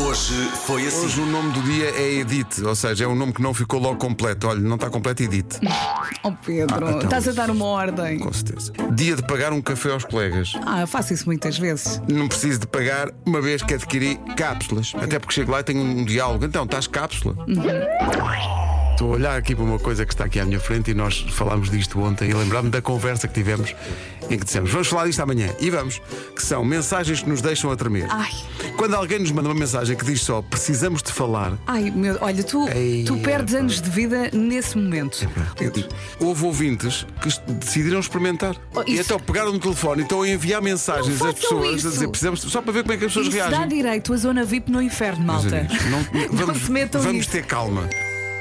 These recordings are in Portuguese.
Hoje foi assim. Hoje o nome do dia é Edith, ou seja, é um nome que não ficou logo completo. Olha, não está completo, Edith, Oh Pedro, Ah, então estás a isso. dar uma ordem. com certeza. Dia de pagar um café aos colegas. Ah, eu faço isso muitas vezes. Não preciso de pagar uma vez que adquiri cápsulas. Até porque chego lá e tenho um diálogo. Então, estás cápsula? Estou a olhar aqui para uma coisa que está aqui à minha frente e nós falámos disto ontem e lembrámos da conversa que tivemos em que dissemos vamos falar disto amanhã e vamos, que são mensagens que nos deixam a tremer. Ai. Quando alguém nos manda uma mensagem que diz só precisamos de falar, Ai, meu, olha, tu, Ei, É tu perdes epá. anos de vida nesse momento. Pedro. tipo, Houve ouvintes que est- decidiram experimentar. Oh, e isso- então pegaram no telefone e estão a enviar mensagens Não às façam pessoas isso. a dizer precisamos só para ver como é que as pessoas Isso reagem. dá direito à zona VIP no inferno, Meus malta. amigos, é não- Não vamos, se metam vamos nisso. ter calma.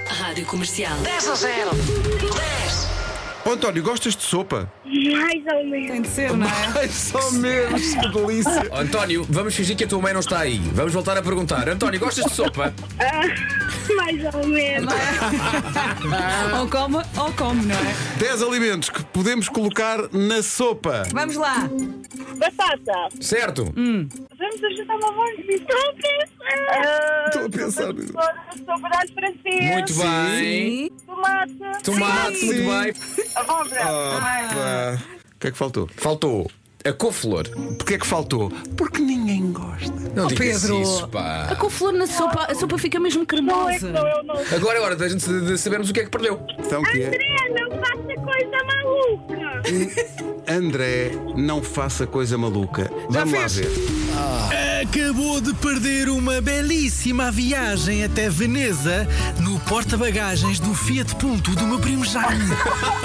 Rádio Comercial. Ô, António, gostas de sopa? Mais ou menos. Tem de ser, não é? Ai, só menos, que delícia. António, vamos fingir que a tua mãe não está aí. Vamos voltar a perguntar. António, gostas de sopa? Ah, mais ou menos. Ou come, ou come, não é? 10 alimentos que podemos colocar na sopa. Vamos lá. Batata. Certo? Vamos ajudar uma voz de Estou Estou a pensar. Sobrado francês. Muito É. bem. Sim. Tomate. Tomate, Sim. muito bem. Abóbora. Opa. O que é que faltou? Faltou a couve-flor. Porquê é que faltou? Porque ninguém gosta. Não Oh, digas Pedro. isso, A pá. couve-flor na sopa, a sopa fica mesmo Não é que cremosa. sou eu, não. Agora é hora da gente de sabermos o que é que perdeu. Então o que é? André, André, não faça coisa maluca. não faça coisa maluca. Vamos lá fez. ver. Acabou de perder uma belíssima viagem até Veneza no porta-bagagens do Fiat Punto do meu primo Jaime.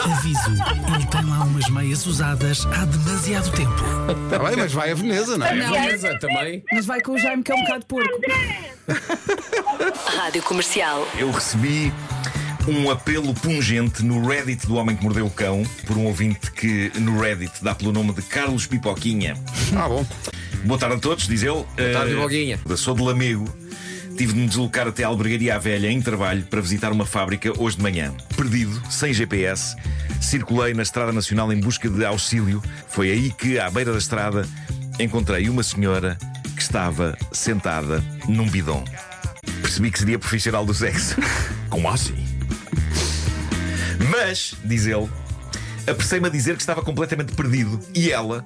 Aviso, ele tem lá umas meias usadas há demasiado tempo. Está Tá bem, mas vai a Veneza, não é? Beleza, também. Mas vai com o Jaime que é um bocado porco. Rádio Comercial. Eu recebi um apelo pungente no Reddit do Homem que Mordeu o Cão por um ouvinte que no Reddit dá pelo nome de Carlos Pipoquinha. Ah, bom. Boa tarde a todos, diz ele. Boa tarde, Pipoquinha. Sou de Lamego. Tive de me deslocar até a Albergaria à Velha em trabalho para visitar uma fábrica hoje de manhã. Perdido, sem GPS, circulei na Estrada Nacional em busca de auxílio. Foi aí que, à beira da estrada, encontrei uma senhora que estava sentada num bidon. Percebi que seria profissional do sexo. Como assim? Mas, diz ele, apressei-me a dizer que estava completamente perdido e ela,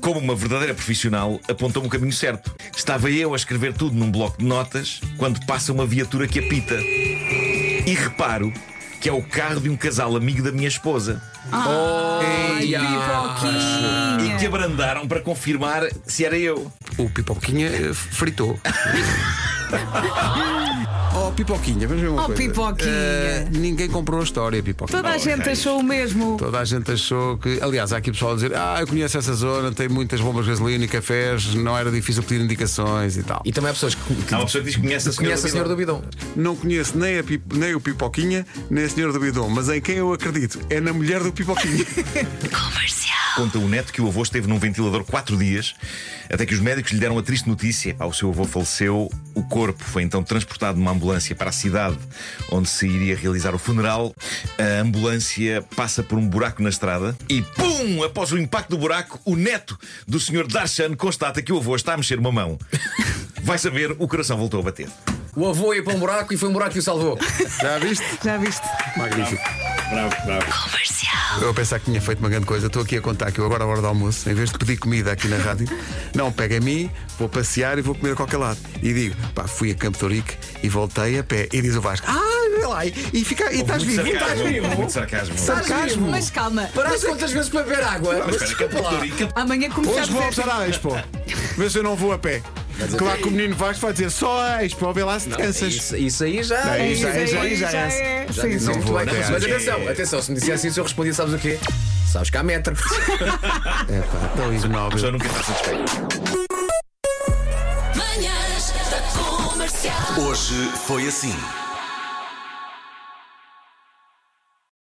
como uma verdadeira profissional, apontou-me o caminho certo. Estava eu a escrever tudo num bloco de notas quando passa uma viatura que apita. E reparo que é o carro de um casal amigo da minha esposa Ai, Eia. e que abrandaram para confirmar se era eu. O Pipoquinha eh, fritou. oh, Pipoquinha, vamos ver uma Oh, coisa. Pipoquinha. Eh, ninguém comprou a história, Pipoquinha. Toda a gente reis. achou o mesmo. Toda a gente achou que. Aliás, há aqui pessoal a dizer: Ah, eu conheço essa zona, tem muitas bombas de gasolina e cafés, não era difícil pedir indicações e tal. E também há pessoas que, que Há uma pessoa que diz que conhece a senhora. conhecem a do senhora do bidon. bidão. Não conheço nem, a Pip- nem o Pipoquinha, nem a Senhora do Bidon, mas em quem eu acredito? É na mulher do Pipoquinha. Conta o neto que o avô esteve num ventilador quatro dias, até que os médicos lhe deram a triste notícia. Epá, o seu avô faleceu, o corpo foi então transportado numa ambulância para a cidade onde se iria realizar o funeral. A ambulância passa por um buraco na estrada e, pum! Após o impacto do buraco, o neto do senhor Darshan constata que o avô está a mexer uma mão. Vai saber, o coração voltou a bater. O avô ia para um buraco e foi um buraco que o salvou. Já viste? Já viste? Magnífico. Bravo, bravo. Eu a pensar que tinha feito uma grande coisa. Estou aqui a contar que eu agora, à hora do almoço, em vez de pedir comida aqui na rádio, não, pega a mim, vou passear e vou comer a qualquer lado. E digo, pá, fui a Campo de Ourique e voltei a pé. E diz o Vasco, ah, vê lá, e, e fica, e estás vivo. Sarcasmo, muito sarcasmo. Sarcasmo. Mas calma. Paraste quantas vezes para beber água? Mas espera, que é a Portorica Amanhã Hoje começamos vou esta- almoçar à Expo. Vê se eu não vou a pé. Claro é que o menino Vasco vai dizer só a Expo, vê lá se te cansas. Isso, isso aí já. Não, isso aí já- aí já é. Sim, sim. Não vou Muito bem, até às- mas atenção, atenção, se me dissesse isso eu respondia, sabes o quê? Sabes que há metro. É pá, tão já ignóbil. nunca está satisfeito. Manhãs da Comercial. Hoje foi assim.